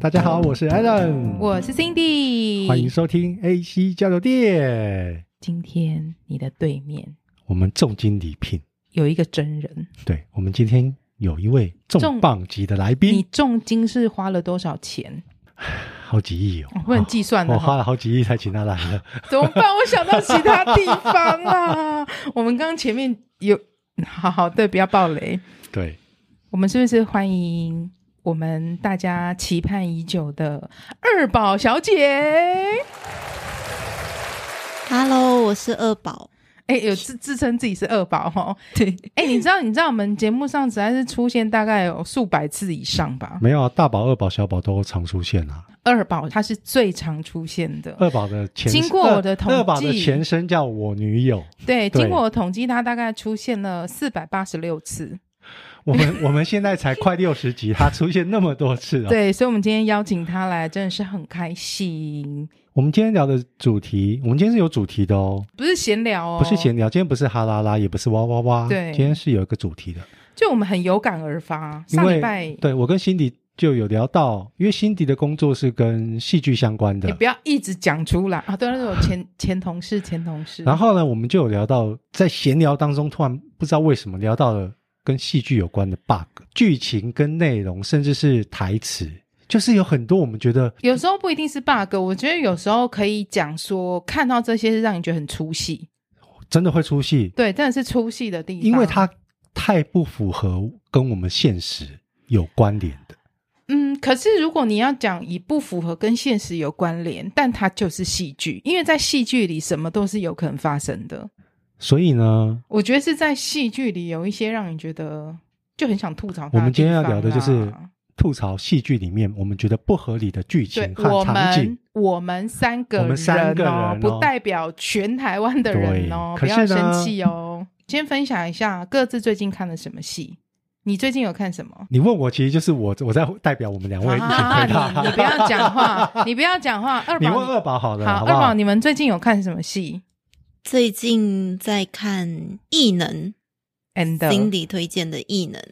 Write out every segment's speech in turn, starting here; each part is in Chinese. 大家好，我是 Alan，我是 Cindy，欢迎。收听 AC 交流店。今天你的对面我们重金礼聘，有一个真人，对我们今天有一位重重磅级的来你宾，重金是花了多少钱？好几亿哦我，很计算我的花哈，了好几亿才请他来 的。怎么办？我想到其他地方 啦。我们刚刚前面有，好好对，不要暴雷。对，我们是不是欢迎我们大家期盼已久的二宝小姐？ Hello，我是二宝。哎、有自自称自己是二宝 哈？对，哎、你知道你知道我们节目上实在是出现大概有数百次以上吧？没有啊，大宝、二宝、小宝都常出现啊。二宝它是最常出现的，二宝的前呃经过我的统计二二宝的前身叫我女友。对，对经过我统计，它大概出现了四百八十六次。我 们我们现在才快六十集，他出现那么多次啊。，对，所以我们今天邀请他来，真的是很开心，我们今天聊的主题，我们今天是有主题的哦，不是闲聊哦，不是闲聊，今天不是哈啦啦，也不是哇哇哇，对今天是有一个主题的。就我们很有感而发。因上为礼拜对我跟辛迪就有聊到，因为辛迪的工作是跟戏剧相关也的不。要一直讲出来啊，对，那是我前前同事，前同事。然后呢，我们就有聊到，在闲聊当中，突然不知道为什么聊到了跟戏剧有关的 bug，剧情跟内容，甚至是台词，就是有很多我们觉得有时候不一定是 bug，我觉得有时候可以讲说，看到这些是让你觉得很出戏，真的会出戏，对，真的是出戏的地方。因为它太不符合跟我们现实有关联的。嗯，可是如果你要讲以不符合跟现实有关联，但它就是戏剧，因为在戏剧里什么都是有可能发生的。所以呢，我觉得是在戏剧里有一些让你觉得就很想吐槽它地方啊。我们今天要聊的就是吐槽戏剧里面我们觉得不合理的剧对情和我场景们。我们三个我们三个人哦哦，不代表全台湾的人哦，对不可是要呢生气哦。先分享一下各自最近看了什么戏，你最近有看什么？你问我，其实就是我我在代表我们两位一起回答。你你不要讲话，啊你不要讲话。二 你宝，问二宝好了，好好，不二好宝，？你们最近有看什么戏最近在看《异能》 ？And ，Cindy 推荐的《异能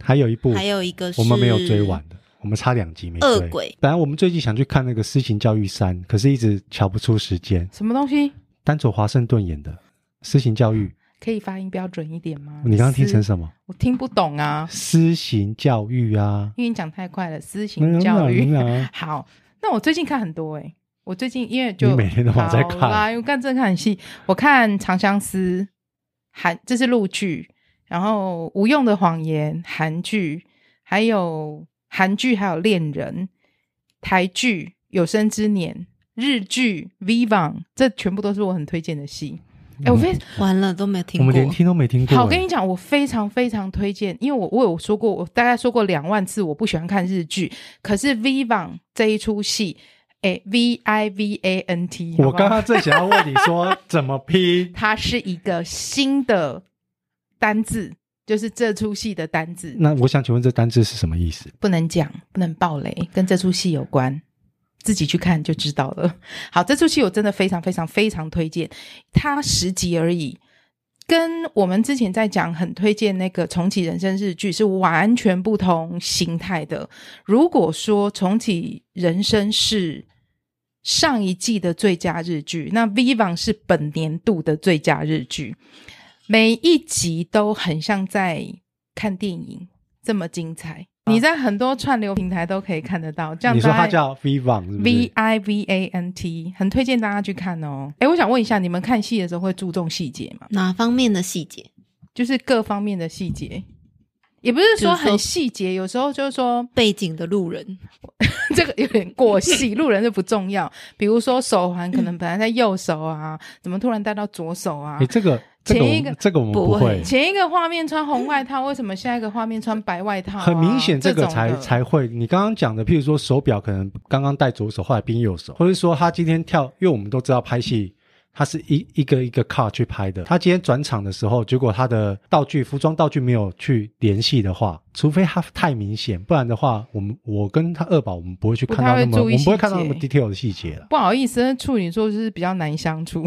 还有一部》，还有一个是哦我们没有追完的，我们差两集没追。恶鬼本来我们最近想去看那个《私情教育三》，可是一直瞧不出时间。什么东西？丹佐华盛顿演的《私情教育》，可以发音标准一点吗？哦你刚刚听成私什么？我听不懂啊，私行教育啊，因为你讲太快了。私嗯行教育。嗯嗯嗯 好，那我最近看很多哎、我最近因为就你每天都有在看好啦，因为我看这看很细，我看《长相思》韩，这是陆剧，然后《无用的谎言》韩剧，还有韩剧，还有《恋人》台剧《有生之年》日剧《Vivan》，这全部都是我很推荐的戏。嗯哎、我非完了都没有听我过。们连听都没听过。好，我跟你讲，我非常非常推荐，因为我我有说过，我大概说过两万次，我不喜欢看日剧，可是《Vivan》这一出戏，哎，V I V A N T，我刚刚正想要问你说怎么拼， 它是一个新的单字，就是这出戏的单字，那我想请问这单字是什么意思？不能讲，不能爆雷，跟这出戏有关。自己去看就知道了。好，这出戏我真的非常非常非常推荐，它十集而已，跟我们之前在讲很推荐那个重启人生日剧是完全不同形态的。如果说重启人生是上一季的最佳日剧，那《Vivan》是本年度的最佳日剧，每一集都很像在看电影，这么精彩。你在很多串流平台都可以看得到，这样啊你说大它家叫 Vivan 是不 V 是？ I V A N T，很推荐大家去看哦。哎，我想问一下，你们看戏的时候会注重细节吗？哪方面的细节？就是各方面的细节，也不是说就是说很细节，有时候就是说 背景的路人，这个有点过 细，路人是不重要。比如说手环可嗯能本来在右手啊，怎么突然带到左手啊哎，？这个这个我前一们个这个我们不不会会，前一个画面穿红外套，为什么下一个画面穿白外套啊、很明显，这个种的才才会。你刚刚讲的，譬如说手表可能刚刚戴左手，后来变右手，或者说他今天跳，因为我们都知道拍戏，他是一一个一个 car 去拍的。他今天转场的时候，结果他的道具、服装道具没有去联系的话，除非他太明显，不然的话，我们我跟他二宝，我们不会去看到那不么，太会注我意们不会看到那细么节 detail 的细节了。不好意思，处女座就是比较难相处。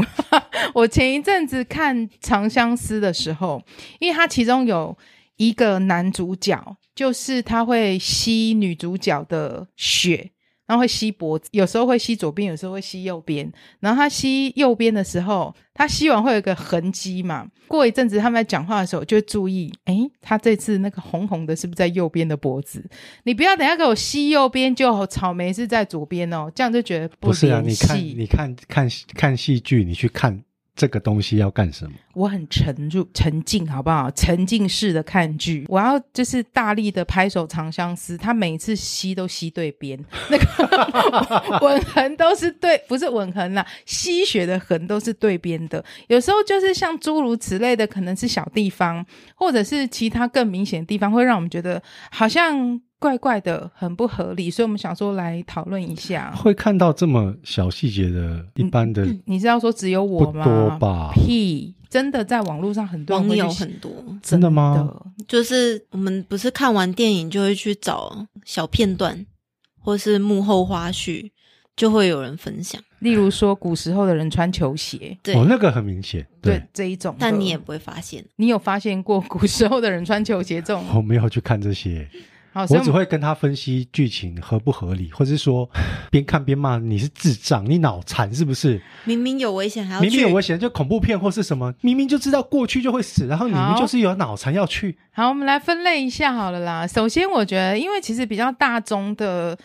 我前一阵子看《长相思》的时候，因为它其中有一个男主角，就是他会吸女主角的血，然后会吸脖子，有时候会吸左边，有时候会吸右边。然后他吸右边的时候，他吸完会有一个痕迹嘛。过一阵子他们在讲话的时候，就会注意，诶，他这次那个红红的是不是在右边的脖子？你不要等一下给我吸右边，就草莓是在左边哦，这样就觉得不是啊，联你系。看你看看看戏剧，你去看这个东西要干什么？我很沉入沉浸，好不好？沉浸式的看剧，我要就是大力的拍手长相思，他每一次吸都吸对边， 那个吻痕都是对，不是吻痕啦，吸血的痕都是对边的。有时候就是像诸如此类的，可能是小地方，或者是其他更明显的地方，会让我们觉得好像怪怪的，很不合理，所以我们想说来讨论一下。会看到这么小细节嗯的，一般的你是要说只有不我吗？多吧？屁！真的在网络上很啊多人网会去友吸很多，真的吗就是我们不是看完电影就会去找小片段，或是幕后花絮，就会有人分享。例如说，古时候的人穿球鞋，对，哦，那个很明显，对这一种的，但你也不会发现，你有发现过古时候的人穿球鞋这种？我没有去看这些，好，所以 我我只们会跟他分析剧情合不合理，或者是说边看边骂你是智障，你脑残是不是？明明有危险还要去，明明有危险，就恐怖片或是什么，明明就知道过去就会死，然后你明明好就是有脑残要去，好，我们来分类一下好了啦。首先，我觉得，因为其实比较大众的，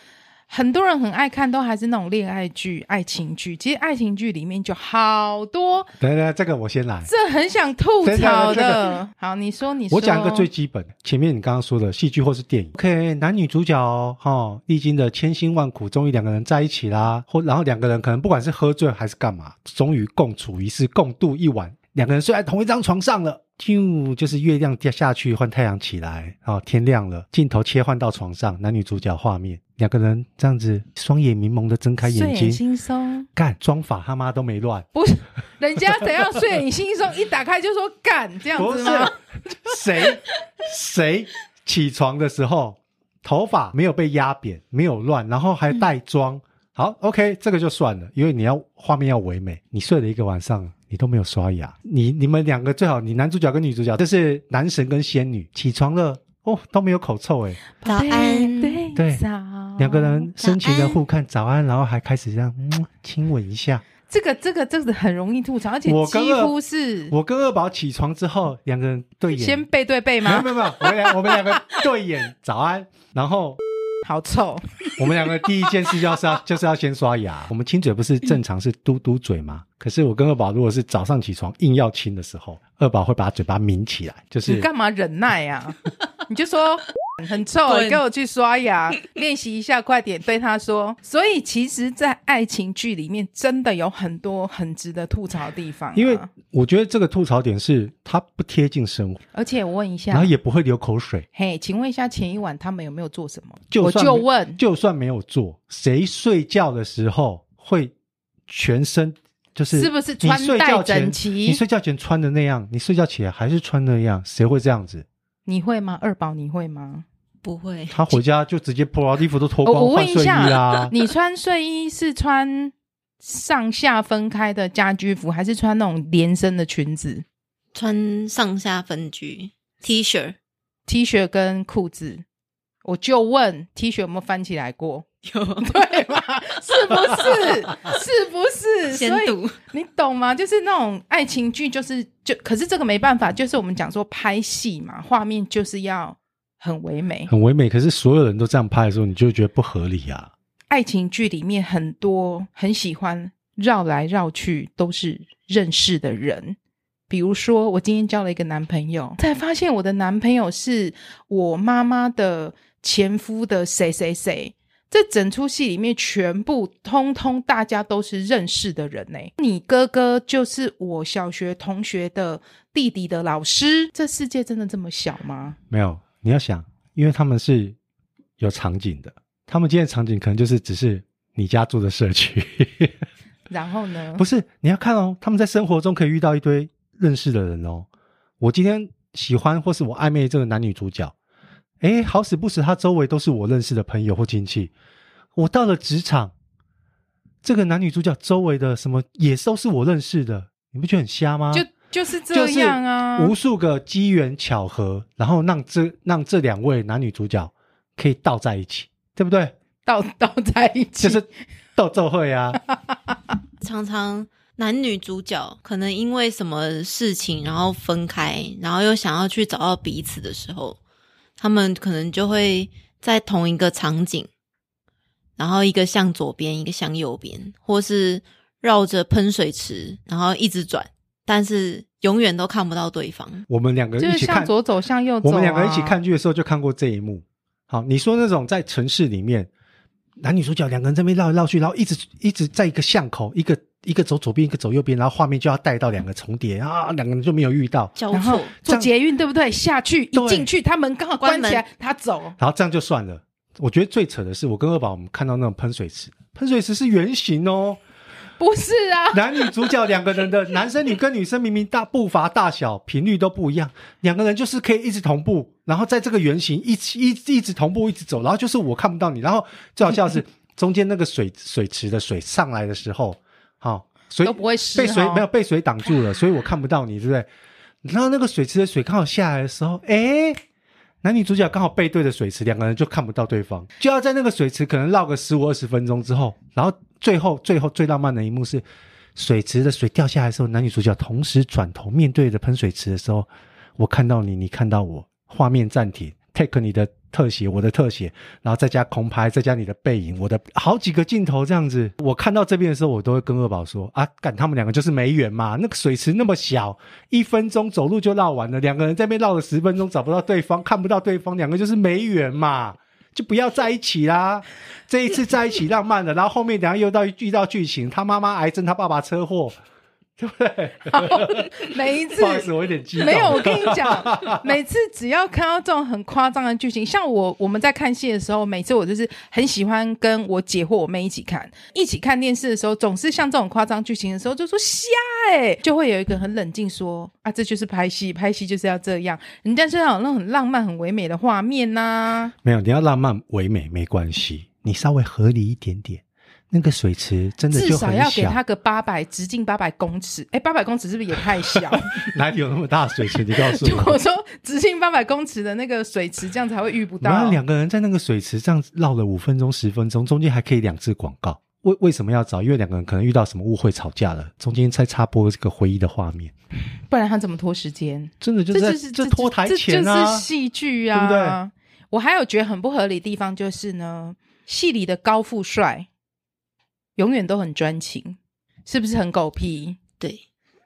很多人很爱看，都还是那种恋爱剧、爱情剧。其实爱情剧里面就好多，等等等，这个我先来。这很想吐等一下槽这的。好，你说，你说，我讲一个最基本的，前面你刚刚说的戏剧或是电影，OK，男女主角哦，哦历经的千辛万苦，终于两个人在一起啦，或然后两个人可能不管是喝醉还是干嘛，终于共处一室，共度一晚，两个人睡在同一张床上了，就就是月亮掉下去换太阳起来，哦，天亮了，镜头切换到床上，男女主角画面，两个人这样子双眼迷蒙的睁开睡眼眼睛，惺忪，干妆法他妈都没乱，不是人家怎样睡眼惺忪，一打开就说干这样不子是啊吗？谁谁起床的时候头发没有被压扁，没有乱，然后还带嗯妆。好，OK，这个就算了，因为你要画面要唯美。你睡了一个晚上，你都没有刷牙，你你们两个最好，你男主角跟女主角，这是男神跟仙女，起床了哦都没有口臭哎，哦早安对对早两个人深情的安互看早安，然后还开始这样嗯亲吻一下。这个这个这个很容易吐槽，而且我刚几刚乎是我跟二宝起床之后，两个人对眼，先背对背没有吗没？有没有，我们两我们两个对眼早安，然后好臭， 我们两个第一件事就是要 就是要先刷牙。我们亲嘴不是正常是嘟嘟嘴吗？可是我跟二宝如果是早上起床硬要亲的时候，二宝会把嘴巴抿起来，就是你干嘛忍 耐啊？你就说很臭，对你给我去刷牙，练习一下，快点对他说。所以其实，在爱情剧里面，真的有很多很值得吐槽的地方啊、因为我觉得这个吐槽点是它不贴近生活，而且我问一然下后，也不会流口水。嘿，请问一下，前一晚他们有没有做什么？就我算就没问，就算没有做，谁睡觉的时候会全身就是是不是你穿睡戴觉前整齐你睡觉前穿的那样，你睡觉起来还是穿那样，谁会这样子？你会吗？二宝，你会吗？不会他回家就直接把衣服都脱我光我换问一睡衣啊下，啦。你穿睡衣是穿上下分开的家居服，还是穿那种连身的裙子、穿上下分居 T 恤， T 恤跟裤子？我就问 T 恤有没有翻起来过？有 对吗？是不 是？是不是？先所以读，你懂吗？就是那种爱情剧，就是就，可是这个没办法，就是我们讲说拍戏嘛，画面就是要很唯美。很唯美，可是所有人都这样拍的时候，你就会觉得不合理啊。爱情剧里面很多很喜欢绕来绕去都是认识的人。比如说，我今天交了一个男朋嗯友，才发现我的男朋友是我妈妈的前夫的谁谁谁。这整出戏里面，全部通通大家都是认识的人呢、你哥哥就是我小学同学的弟弟的老师。这世界真的这么小吗？没有，你要想，因为他们是有场景的，他们今天的场景可能就是只是你家住的社区，然后呢？不是？你要看哦，他们在生活中可以遇到一堆认识的人哦。我今天喜欢或是我暧昧这个男女主角，诶，好死不死，他周围都是我认识的朋友或亲戚。我到了职场，这个男女主角周围的什么也都是我认识的，你不觉得很瞎吗？就就是这样啊，啊就是无数个机缘巧合，然后让这让这两位男女主角可以倒在一起，对不对？倒倒在一就起，是斗咒会 啊，常常男女主角可能因为什么事情，然后分开，然后又想要去找到彼此的时候，他们可能就会在同一个场景，然后一个向左边，一个向右边，或是绕着喷水池，然后一直转，但是永远都看不到对方。我们两个就一是起向看，左走，向右走、啊。我们两个一起看剧的时候就看过这一幕。好，你说那种在城市里面，男女主角两个人在那边绕来绕去，然后一直一直在一个巷口，一个一个走左边，一个走右边，然后画面就要带到两个重叠啊，两个人就没有遇到，交然后错，这坐样捷运对不对？下去一对进去，他门刚好关关门起来，他走。然后这样就算了。我觉得最扯的是，我跟二宝我们看到那种喷水池，喷水池是圆形哦，不是 啊，男女主角两个人的男生女跟女生明明大步伐大小频率都不一样，两个人就是可以一直同步，然后在这个圆形一起一一直同步一直走，然后就是我看不到你，然后最好笑的是中间那个水水池的水上来的时候，好、水都不会湿被水哦没有被水挡住了，所以我看不到你，对不对？然后那个水池的水刚好下来的时候，哎。男女主角刚好背对着水池，两个人就看不到对方，就要在那个水池可能绕个十五二十分钟之后，然后最后最后最浪漫的一幕是，水池的水掉下来的时候，男女主角同时转头面对着喷水池的时候，我看到你，你看到我，画面暂停，take 你的特写，我的特写，然后再加空拍，再加你的背影，我的好几个镜头这样子。我看到这边的时候，我都会跟二宝说啊，干他们两个就是没缘嘛，那个水池那么小，一分钟走路就绕完了，两个人在那边绕了十分钟，找不到对方，看不到对方，两个就是没缘嘛。就不要在一起啦！这一次在一起浪漫了，然后后面等下又到遇到剧情，他妈妈癌症，他爸爸车祸， 每一次不好意思，我有点激动。没有，我跟你讲，每次只要看到这种很夸张的剧情，像我我们在看戏的时候，每次我就是很喜欢跟我姐或我妹一起看，一起看电视的时候，总是像这种夸张剧情的时候，就说瞎哎、就会有一个很冷静说啊，这就是拍戏，拍戏就是要这样，人家身上有那种很浪漫、很唯美的画面呐、没有，你要浪漫唯美没关系，你稍微合理一点点。那个水池真的至就少很要给小他，个八百，直径八百公尺，哎，八百公尺是不是也 太小？哪里有那么大的水池？你告诉 就我我。说直径八百公尺的那个水池，这样才会遇不然到后。两个人在那个水池这样绕了五分钟、十分钟，中间还可以两次广告。为为什么要找？因为两个人可能遇到什么误会吵架了，中间再插播这个回忆的画面，不然他怎么拖时间？真的就这是在就是就拖台前这就啊是。戏剧对啊，不对？我还有觉得很不合理的地方就是呢，戏里的高富帅永远都很专情，是不是很狗屁？对，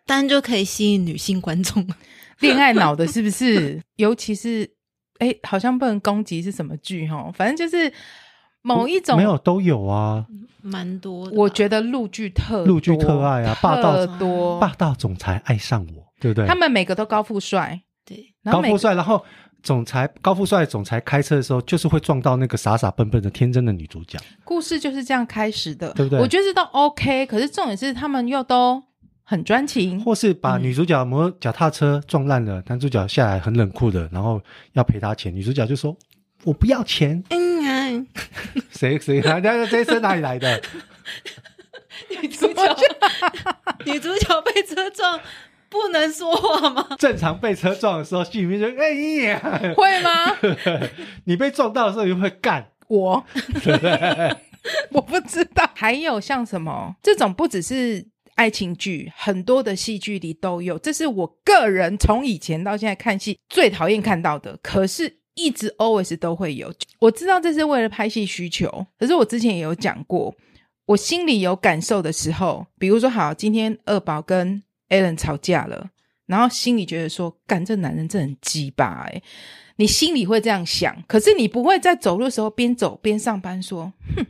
但就可以吸引女性观众。恋爱脑的是不是？尤其是哎，好像不能攻击是什么剧哈，反正就是某一种没有都有啊，蛮多的吧，我觉得陆剧特陆剧多特爱啊霸道特多，霸道总裁爱上我，对不对他？们每个都高富帅，对，，然后高每富帅，然后总裁高富帅总裁开车的时候，就是会撞到那个傻傻笨笨的天真的女主角。故事就是这样开始的，对不对我觉得这都 OK，可是重点是他们又都很专情，或是嗯把女主角摩脚踏车撞烂了，男主角下来很冷酷的，然后要赔她钱，女主角就说：“我不要钱 嗯啊，谁谁 哪哪这车哪里来的女主角， 女主角被车撞，不能说话吗？？”正常被车撞的时候，心里面就哎呀， 会吗？你被撞到的时候你会干，我， 我不知道。还有像什么这种，不只是爱情剧，很多的戏剧里都有。这是我个人从以前到现在看戏最讨厌看到的，可是一直 always 都会有。我知道这是为了拍戏需求，可是我之前也有讲过，我心里有感受的时候，比如说好，今天二宝跟 Alan 吵架了。然后心里觉得说，干这男人真的很鸡巴哎、你心里会这样想，可是你不会在走路的时候边走边上班说，哼，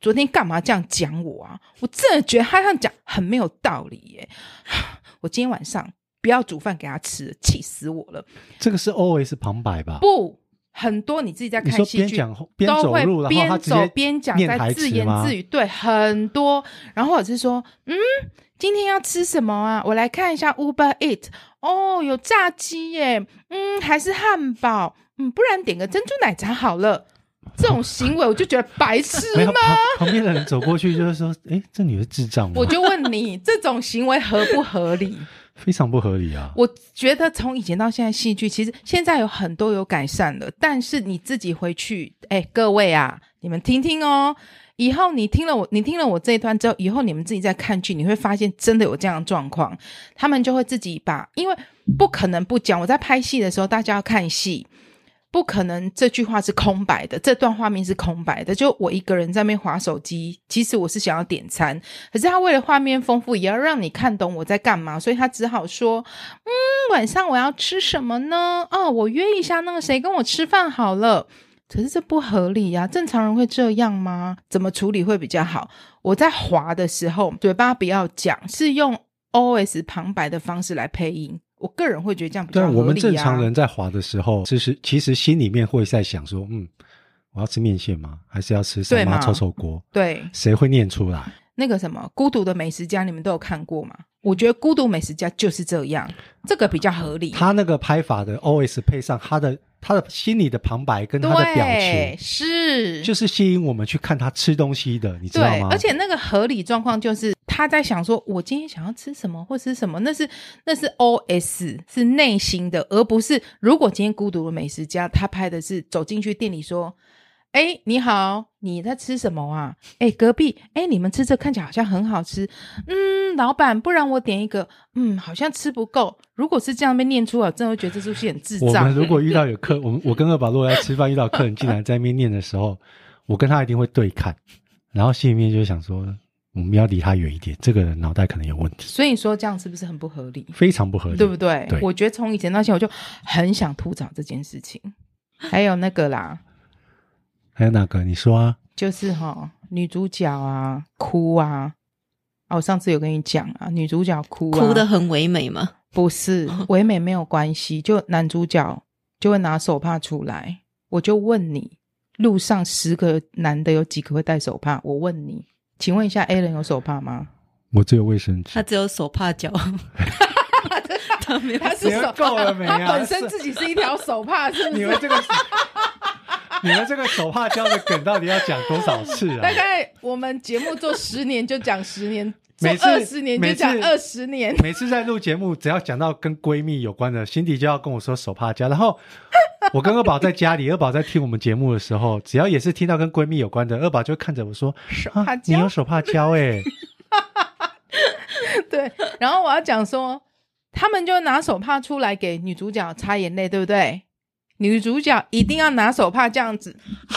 昨天干嘛这样讲我啊？我真的觉得他这样讲很没有道理耶、 我今天晚上不要煮饭给他吃了，气死我了！这个是 always 旁白吧？不，很多你自己在你看说戏边剧。讲边走路，都会然后他边直走接边讲，念在台自词言吗自语，对，很多。然后或者是说，嗯，今天要吃什么啊？我来看一下 Uber Eat，哦，有炸鸡耶，嗯，还是汉堡，嗯，不然点个珍珠奶茶好了。这种行为我就觉得白痴 没有吗？旁旁边的人走过去就是说：“哎，这女的智障吗？”我就问你，这种行为合不合理？非常不合理啊！我觉得从以前到现在，戏剧其实现在有很多有改善了，但是你自己回去，哎，各位啊，你们听听哦。以后你听了我，你听了我这一段之后，以后你们自己在看剧，你会发现真的有这样的状况，他们就会自己把，因为不可能不讲。我在拍戏的时候，大家要看戏，不可能这句话是空白的，这段画面是空白的，就我一个人在那边划手机。其实我是想要点餐，可是他为了画面丰富，也要让你看懂我在干嘛，所以他只好说：“嗯，晚上我要吃什么呢？哦，我约一下那个谁跟我吃饭好了。”可是这不合理呀、正常人会这样吗？怎么处理会比较好？我在滑的时候，嘴巴不要讲，是用 OS 旁白的方式来配音。我个人会觉得这样比较合但理、啊啊呀。我们正常人在滑的时候，其实其实心里面会在想说，嗯，我要吃面线吗？还是要吃对什嘛么臭臭锅？对谁会念出来？那个什么《孤独的美食家》，你们都有看过吗？我觉得《孤独美食家》就是这样，这个比较合理。他那个拍法的 OS 配上他的他的心里的旁白跟他的表对情，是就是吸引我们去看他吃东西的，你知道对，吗？而且那个合理状况就是他在想说，我今天想要吃什么或吃什么，那是那是 O S 是内心的，而不是如果今天孤独的美食家他拍的是走进去店里说。哎，你好，你在吃什么啊？哎，隔壁，哎，你们吃这看起来好像很好吃，嗯，老板，不然我点一个，嗯，好像吃不够。如果是这样被念出来，我真的会觉得这出戏很智我障们。如果遇到有客， 我们我跟二宝如果在吃饭遇到客人进来在那边念的时候，我跟他一定会对看，然后心里面就想说，我们要离他远一点，这个人脑袋可能有问题，所以说这样是不是很不合理？非常不合理，对不对？对我觉得从以前到现在，我就很想吐槽这件事情。还有那个啦，还有哪个？你说啊？就是哈、女主角啊，哭啊。啊，我上次有跟你讲啊，女主角哭、啊，哭的很唯美嘛。不 是唯美没有关系，就男主角就会拿手帕出来。我就问你，路上十个男的有几个会戴手帕？我问你，请问一下 A 人有手帕吗？我只有卫生纸啊他。只有手帕脚， 他没有他是你手们够了没啊他本身自己是一条手帕，是不 你是们？这 个，你们这个手帕胶的梗到底要讲多少次啊 大？概我们节目做十年就讲十 年，做每次二十年就讲每次二十年。 每次在录节目，只要讲到跟闺蜜有关的，辛迪就要跟我说手帕胶。然 后我跟二宝在家里，二宝在听我们节目的时候，只要也是听到跟闺蜜有关的，二宝就会看着我说：“手帕啊，你胶有手帕胶哎、对，然后我要讲说，他们就拿手帕出来给女主角擦眼泪，对不对？女主角一定要拿手帕这样子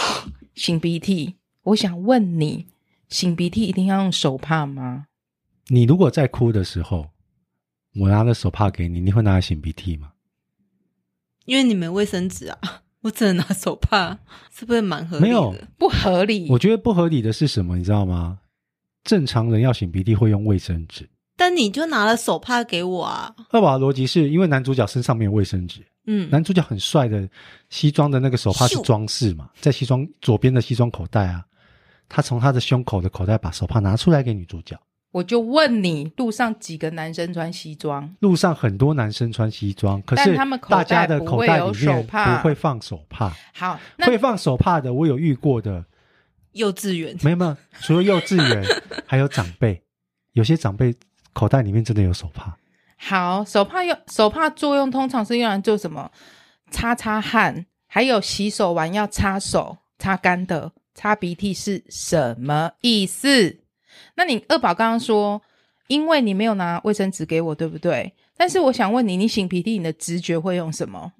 擤鼻涕。我想问你，擤鼻涕一定要用手帕吗？你如果在哭的时候，我拿了手帕给你，你会拿来擤鼻涕吗？因为你没卫生纸啊，我只能拿手帕，是不是蛮呃合理的？没有，不合理。我觉得不合理的是什么，你知道吗？正常人要擤鼻涕会用卫生纸。但你就拿了手帕给我啊。二宝的逻辑是因为男主角身上没有卫生纸，嗯，男主角很帅的西装的那个手帕是咻装饰嗯嘛，在西装左边的西装口袋啊，他从他的胸口的口袋把手帕拿出来给女主角。我就问你，路上几个男生穿西装？路上很多男生穿西装，可但是他们口袋大家的口袋不里会有手面帕不会放手帕，好，那会放手帕的我有遇过的，幼稚园没有没有，除了幼稚 园，还有长辈，有些长辈口袋里面真的有手帕，好，手帕用手帕作用通常是用来做什么？擦擦汗，还有洗手完要擦手、擦干的、擦鼻涕是什么意思？那你二宝刚刚说，因为你没有拿卫生纸给我，对不对？但是我想问你，你擤鼻涕，你的直觉会用什么？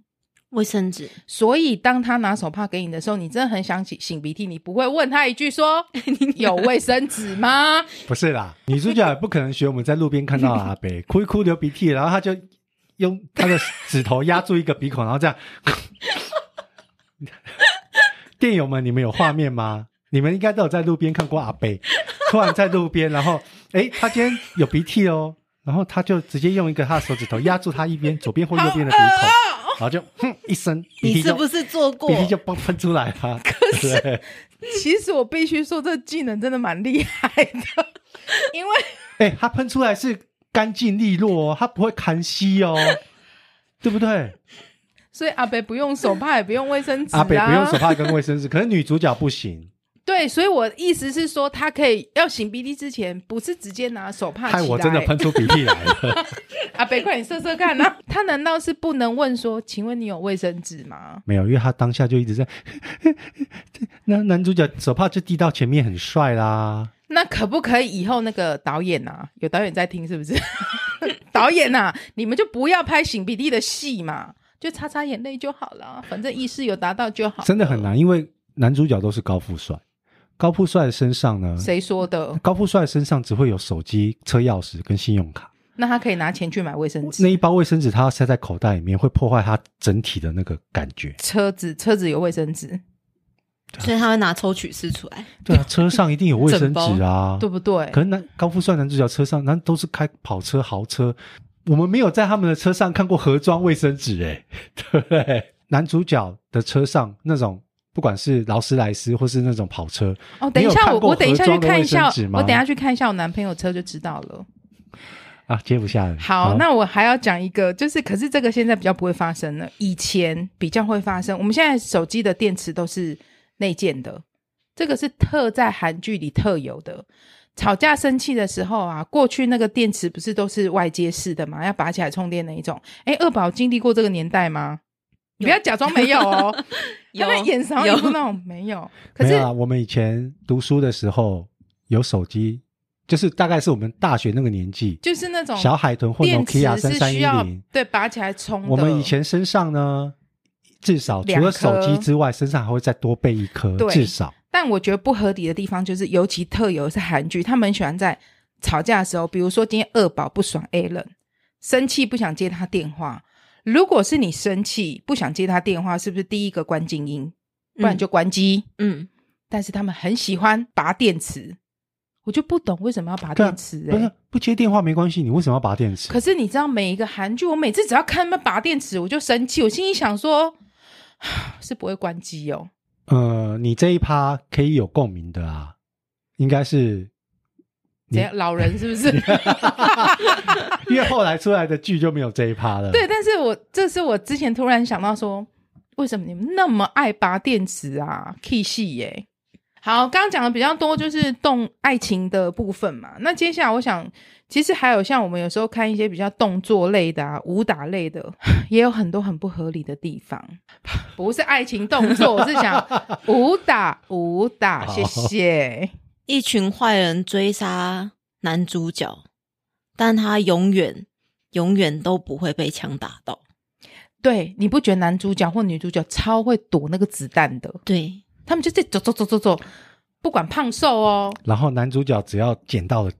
卫生纸，所以当他拿手帕给你的时候，你真的很想擤擤鼻涕，你不会问他一句说有卫生纸吗？不是啦，女主角也不可能学我们在路边看到的阿北哭一哭流鼻涕，然后他就用他的指头压住一个鼻孔，然后这样。 电友们，你们有画面吗？你们应该都有在路边看过阿北，突然在路边，然后诶，他今天有鼻涕哦，然后他就直接用一个他的手指头压住他一边左边或右边的鼻孔，然后就哼一声，鼻你涕是就不是做过鼻？涕就崩喷出来了。可是其实我必须说，这技能真的蛮厉害的，因为。哎、它喷出来是干净利落哦，它不会痰稀哦，对不对？所以阿北不用手帕，也不用卫生纸、啊，阿北不用手。帕跟卫生纸，可是女主角不行，对，所以我的意思是说，他可以要擤鼻涕之前，不是直接拿手帕起害来。我真的喷出鼻涕来 了。阿北，快点射射看啊！ 他难道是不能问说，请问你有卫生纸吗？没有，因为她当下就一直在，那男主角手帕就递到前面，很帅啦。那可不可以以后那个导演啊，有导演在听是不 是？导演啊，你们就不要拍擤鼻涕的戏嘛，就擦擦眼泪就好了，啊反正意识有达到就好。真的很，难，因为男主角都是高富帅，高富帅的身上呢，谁说的？高富帅的身上只会有手机、车钥匙跟信用卡。那他可以拿钱去买卫生纸那。一包卫生纸他要塞在口袋里面，会破坏他整体的那个感觉。车子车子有卫生纸，所以他会拿抽取式出来。对啊，车上一定有卫生整纸啊，对不对？可能男高富帅男主角车上，那都是开跑车、豪车，我们没有在他们的车上看过盒装卫生纸、欸， 对不对？男主角的车上那种，不管是劳斯莱斯或是那种跑车，哦，等一你有下看我过我等一下去看一盒装下，的卫生纸吗我等一下去看一下我男朋友车就知道了。啊，接不下来。好，那我还要讲一个，就是可是这个现在比较不会发生了，以前比较会发生。我们现在手机的电池都是内建的，这个是特在韩剧里特有的。吵架生气的时候啊，过去那个电池不是都是外接式的嘛，要拔起来充电那一种。 哎，二宝经历过这个年代吗？你不要假装没有哦， 有他们眼神有有那种没有，可没是有啊，我们以前读书的时候有手机，就是大概是我们大学那个年纪，就是那种小海豚或电池 Nokia 三是三需一要零。对拔起来充的。我们以前身上呢，至少除两了手机颗之外，身上还会再多备一颗，对至少。但我觉得不合理的地方就是，尤其特有是韩剧，他们很喜欢在吵架的时候，比如说今天二宝不爽 A 人，生气不想接他电话。如果是你生气不想接他电话，是不是第一个关静音，不然就关机？嗯，但是他们很喜欢拔电池，我就不懂为什么要拔对啊电池、不欸。是不接电话没关系，你为什么要拔电池？可是你知道每一个韩剧，我每次只要看他们拔电池，我就生气。我心里想说， 是不会关机哦。呃，你这一趴可以有共鸣的啊，应该 是你怎样？老人是 不是？ 因为后来出来的剧就没有这一趴了。对，，但是我这是我之前突然想到说，为什么你们那么爱拔电池啊？K 系耶。好，刚刚讲的比较多就是动爱情的部分嘛。那接下来我想，其实还有像我们有时候看一些比较动作类的啊、武打类的，也有很多很不合理的地方。不是爱情动作，我是 想武打武打，谢好谢。一群坏人追杀男主角，但他永远永远都不会被枪打到。对，你不觉得男主角或女主角超会躲那个子弹的？对，他们就在走走走走走，不管胖瘦哦，然后男主角只要捡到了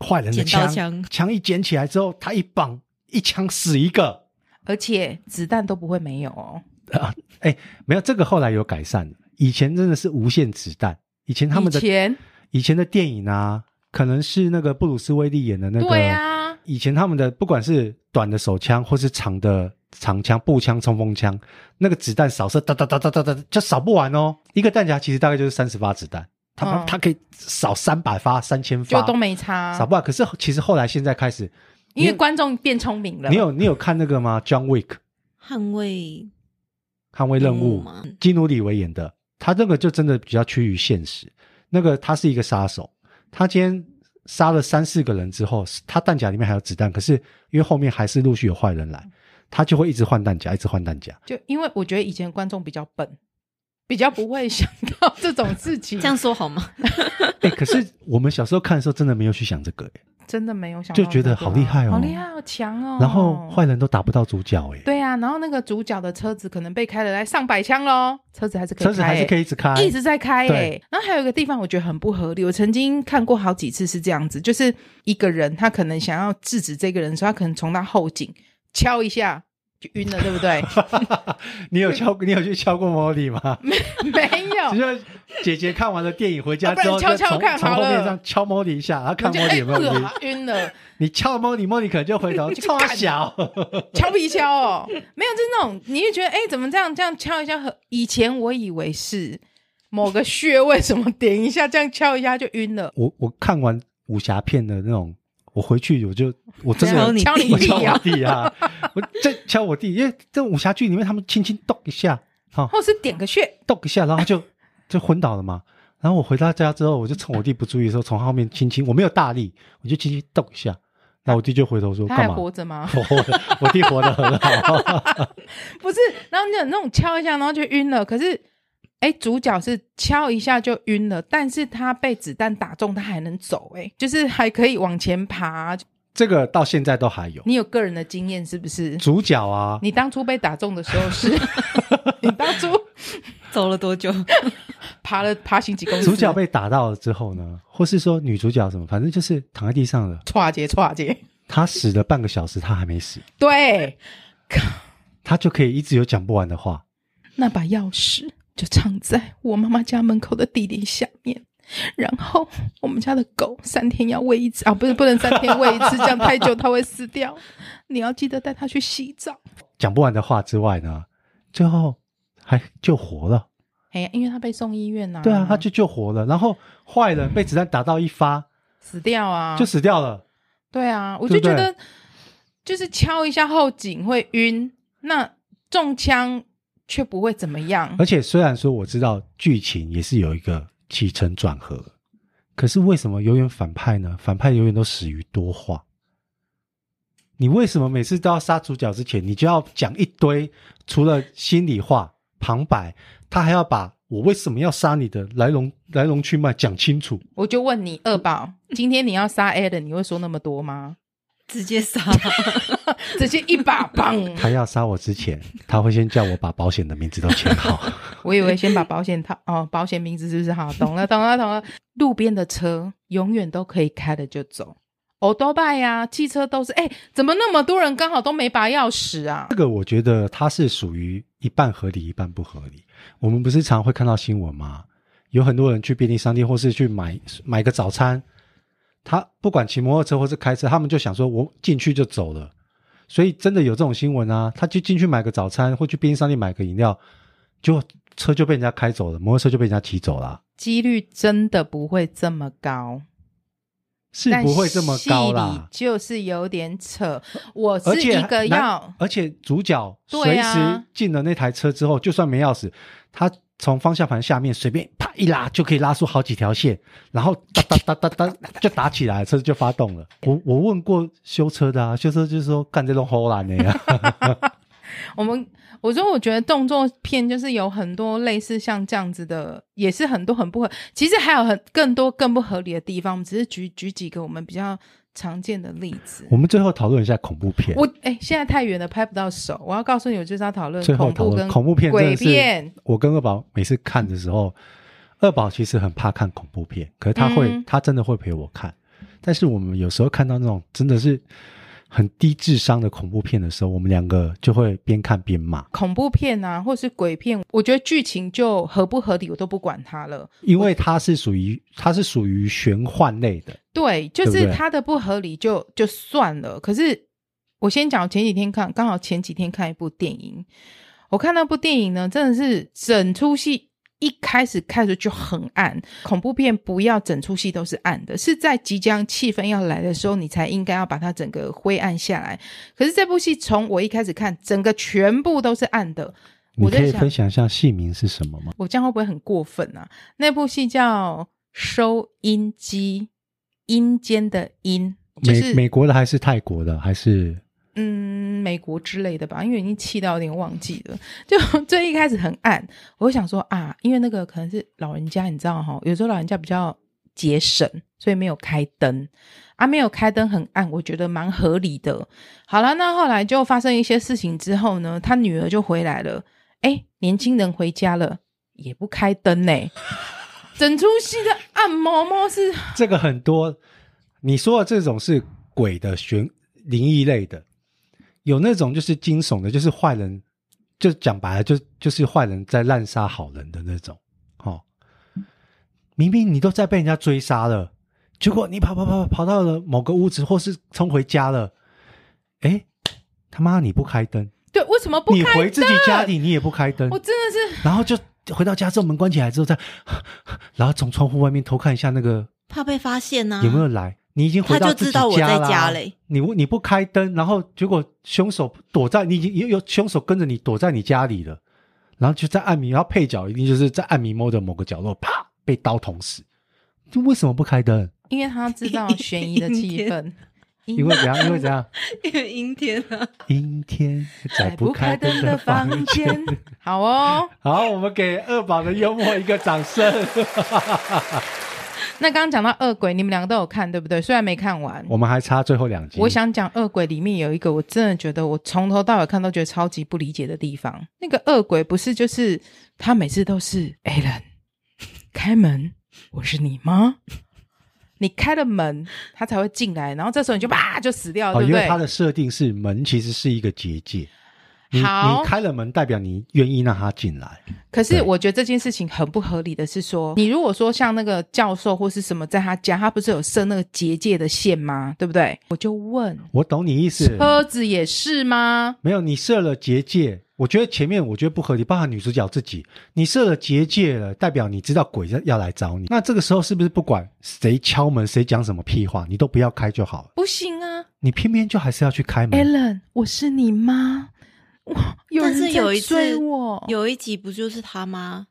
坏人的捡到枪，枪枪一捡起来之后，他一绑一枪死一个。而且子弹都不会没有哦。没有这个后来有改善的，以前真的是无限子弹，以前他们的以前以前的电影啊，可能是那个布鲁斯威利演的那个，对啊，以前他们的不管是短的手枪或是长的长枪、步枪、冲锋枪，那个子弹扫射哒哒哒哒哒哒，就扫不完哦。一个弹夹其实大概就是三十发子弹，他嗯们他可以扫三百发、三千发，就都没差扫，不完。可是其实后来现在开始，因为你观众变聪明了。你有你有看那个吗？John Wick 捍卫捍卫任任务务吗，基努里维演的，他那个就真的比较趋于现实。那个他是一个杀手，他今天杀了三四个人之后，他弹夹里面还有子弹，可是因为后面还是陆续有坏人来，他就会一直换弹夹，一直换弹夹。就因为我觉得以前观众比较笨，比较不会想到这种事情，这样说好吗？哎、可是我们小时候看的时候，真的没有去想这个、欸，真的没有想到就觉得这个啊好厉害哦好厉害哦，强哦。然后坏人都打不到主角、欸，哎，对啊，然后那个主角的车子可能被开了来上百枪喽，车子还是可以开、车子还是可以一直开，一直在开诶、对然后还有一个地方我觉得很不合理，我曾经看过好几次是这样子，就是一个人他可能想要制止这个人的时候，他可能从他后颈敲一下就晕了，对 不对？你有敲，你有去敲过 Molly 吗？没 只有。是姐姐看完了电影回啊家不然之后，敲敲就从看从好后面了上敲 Molly 一下，然后我看就哎 Molly 有没有晕呃。晕了，你敲 Molly，Molly 可能就回 头冲他小。敲皮敲哦，没有，就是那种你就觉得，哎，怎么这样这样敲一下？很以前我以为是某个穴位什么点一下，这样敲一下就晕了，我我看完武侠片的那种，我回去我就我真敲的你敲你我屁敲我啊，弟啊，我这敲我弟，因为这武侠剧里面他们轻轻动一下，或是点个穴，动一下，然后就 就昏倒了嘛。然后我回到家之后，我就趁我弟不注意的时候，从后面轻轻，我没有大力，我就轻轻动一下。那我弟就回头说：“他还干嘛？”活着吗？我活得 我 弟活得很好，不是，然后你有那种敲一下，然后就晕了。可是哎，主角是敲一下就晕了，但是他被子弹打中，他还能走、哎，就是还可以往前爬。这个到现在都还有。你有个人的经验是不是？主角啊，你当初被打中的时候 是，你当初走了多久？爬了爬行几 公里，主角被打到了之后呢，或是说女主角什么，反正就是躺在地上了。歘啊姐歘姐，她死了半个小时，她还没死，对，她就可以一直有讲不完的话。那把钥匙就藏在我妈妈家门口的地点下面。然后我们家的狗三天要喂一次啊，不是不能三天喂一次，这样太久它会死掉。你要记得带它去洗澡。讲不完的话之外呢，最后还救活了。哎呀，因为它被送医院呐、对啊，她就救活了。然后坏人被子弹打到一发死掉啊，就死掉了。对啊，我就对不觉对得就是敲一下后颈会晕，那中枪却不会怎么样。而且虽然说我知道剧情也是有一个起承转合，可是为什么永远反派呢？反派永远都死于多话。你为什么每次都要杀主角之前，你就要讲一堆除了心里话、旁白，他还要把我为什么要杀你的来龙来龙去脉讲清楚？我就问你，二宝，今天你要杀 a l a n 你会说那么多吗？直接杀， 直接一把棒。 他要杀我之前，他会先叫我把保险的名字都签好。我以为先把保险套哦，保险名字是不是好？懂了，懂了，懂了。路边的车永远都可以开了就走，欧多拜呀，汽车都是。哎，怎么那么多人刚好都没拔钥匙啊这？个我觉得它是属于一半合理，一半不合理。我们不是常会看到新闻吗？有很多人去便利商店或是去买买个早餐，他不管骑摩托车或是开车，他们就想说我进去就走了。所以真的有这种新闻啊，他就进去买个早餐或去便利商店买个饮料，就车就被人家开走了，摩托车就被人家骑走了啊，几率真的不会这么高，是不会这么高但戏里啦。就是有点扯。我而是且一个男要而且主角对随啊时进了那台车之后，就算没钥匙，他从方向盘下面随便啪一拉，就可以拉出好几条线，然后哒哒哒哒哒就打起来，车子就发动了。我我问过修车的啊，修车就是说干这种偷懒的呀， 我们，我说我觉得动作片就是有很多类似像这样子的，也是很多很不合。其实还有很更多更不合理的地方，我们只是举举几个我们比较常见的例子。我们最后讨论一下恐怖片，我哎、现在太远了，拍不到手。我要告诉你，我就是要讨论最后恐讨怖论跟恐怖片真鬼的是片。，我跟二宝每次看的时候，二宝其实很怕看恐怖片，可是他会，嗯他真的会陪我看。但是我们有时候看到那种真的是很低智商的恐怖片的时候，我们两个就会边看边骂，恐怖片啊，或是鬼片，我觉得剧情就合不合理，我都不管它了。因为它是属于它是属于玄幻类的，对，就对不是对它的不合理就就算了。可是我先讲，我前几天看，刚好前几天看一部电影，我看那部电影呢，真的是整出戏一开始开始就很暗。恐怖片不要整出戏都是暗的，是在即将气氛要来的时候，你才应该要把它整个灰暗下来。可是这部戏从我一开始看，整个全部都是暗的。你我可在以想分，享一下戏名是什么吗？我这样会不会很过分啊？那部戏叫《收音机》，阴间的阴，就是美美国的还是泰国的还是嗯，美国之类的吧，因为已经气到有点忘记了。就 最一开始很暗，我就想说啊，因为那个可能是老人家，你知道哈、有时候老人家比较节省，所以没有开灯啊，没有开灯很暗，我觉得蛮合理的。好了，那后来就发生一些事情之后呢，他女儿就回来了，哎，年轻人回家了也不开灯呢、整出戏的暗毛毛是这个很多，你说的这种是鬼的悬灵异类的，有那种就是惊悚的，就是坏人，就讲白了，就就是坏人在滥杀好人的那种。哦，明明你都在被人家追杀了，结果你跑跑跑跑到了某个屋子，或是冲回家了，哎，他妈你不开灯，对，为什么不你开？回自己家里你也不开灯我，真的是然后就回到家之后门关起来之后再，然后从窗户外面偷看一下那个怕被发现啊呐、有没有来？你已经回到他就自己知道我在啦家嘞。你不你不开灯，然后结果凶手躲在你已经有有凶手跟着你躲在你家里了，然后就在暗迷，然后配角一定就是在暗迷摸的某个角落，啪被刀捅死。这为什么不开灯？因为他知道悬疑的气氛， 因为怎样？因为怎样？ 因为阴天啊，阴天在在不开灯的房间。，好哦。好，我们给二宝的幽默一个掌声。那刚刚讲到恶鬼，你们两个都有看对不对？虽然没看完，我们还差最后两集。我想讲恶鬼里面有一个，我真的觉得我从头到尾看都觉得超级不理解的地方。那个恶鬼不是就是他每次都是 Alan 开门，我是你吗？你开了门，他才会进来，然后这时候你就吧就死掉，哦，对因不为对？它的设定是门其实是一个结界，你好你开了门，代表你愿意让他进来。可是对我觉得这件事情很不合理的是说，你如果说像那个教授或是什么，在他家，他不是有设那个结界的线吗？对不对？我就问，我懂你意思，车子也是吗？没有你设了结界。我觉得前面我觉得不合理，包含女主角自己，你设了结界了，代表你知道鬼要要来找你。那这个时候是不是不管谁敲门，谁讲什么屁话，你都不要开就好了？不行啊你偏偏就还是要去开门。 ，Allen，我是你妈，哇，有但是人有在一次追我，有一集不就是他妈？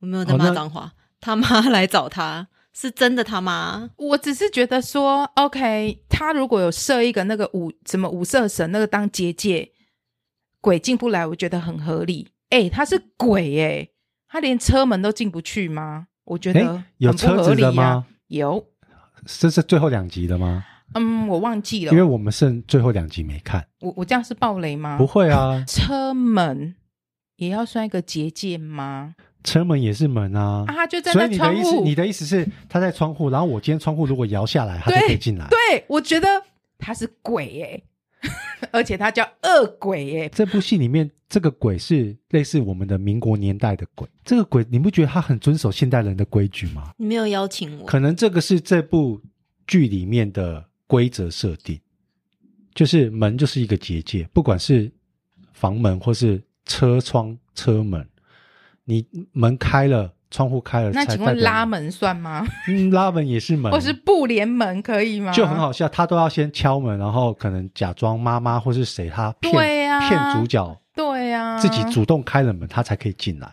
我没有在哦骂那脏话，他妈来找他，是真的他妈。我只是觉得说，OK，他如果有设一个那个五什么五色神那个当结界，鬼进不来，我觉得很合理。哎、他是鬼哎、他连车门都进不去吗？我觉得、诶有车子的吗？有，这是最后两集的吗？嗯，我忘记了因为，我们剩最后两集没看。我我这样是暴雷吗？不会啊，车门也要算一个结界吗？车门也是门啊。啊，他就站所以在你的窗意思，户，你的意思是他在窗户，然后我今天窗户如果摇下来，他就可以进来。对，我觉得他是鬼哎、 而且他叫恶鬼哎、这部戏里面，这个鬼是类似我们的民国年代的鬼。这个鬼，你不觉得他很遵守现代人的规矩吗？你没有邀请我，可能这个是这部剧里面的规则设定，就是门就是一个结界，不管是房门或是车窗、车门，你门开了，窗户开了，那呃才请代问表拉门算吗？嗯，拉门也是门，或是不连门可以吗？就很。好笑，他都要先敲门，然后可能假装妈妈或是谁，他骗对呀骗主角对啊，自己主动开了门，他才可以进来。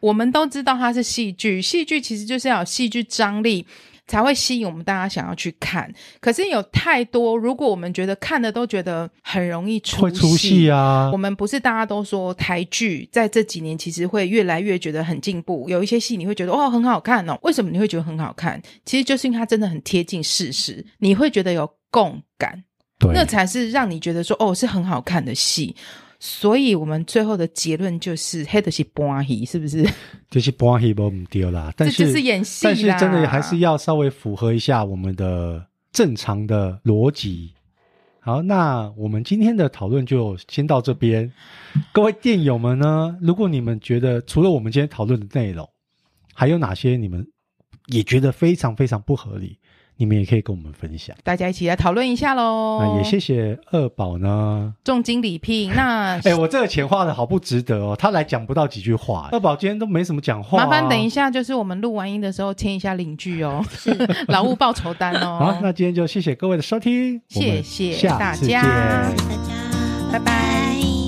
我们都知道它是戏剧，戏剧其实就是要有戏剧张力。才会吸引我们大家想要去看，可是有太多，如果我们觉得看的都觉得很容易出会出戏啊我，们不是大家都说台剧在这几年其实会越来越觉得很进步，有一些戏你会觉得哦很好看哦，为什么你会觉得很好看？其实就是因为它真的很贴近事实，你会觉得有共感，对，那才是让你觉得说哦是很好看的戏。所以我们最后的结论就是黑的是波戏，是不是？ 就是不黑不丢啦。但这是就是演戏啦但是真的还是要稍微符合一下我们的正常的逻辑。好，那我们今天的讨论就先到这边。 各位电友们呢，如果你们觉得除了我们今天讨论的内容，还有哪些你们也觉得非常非常不合理，你们也可以跟我们分享。大家一起来讨论一下喽。那也谢谢二宝呢。重金礼聘，那 哎、我这个钱花的好不值得哦，他来讲不到几句话。二宝今天都没什么讲话、啊麻烦等一下。下，就是我们录完音的时候签一下领据 哦，劳务报酬单哦。好，那今天就谢谢各位的收听，我们谢谢下大次家见大家拜拜拜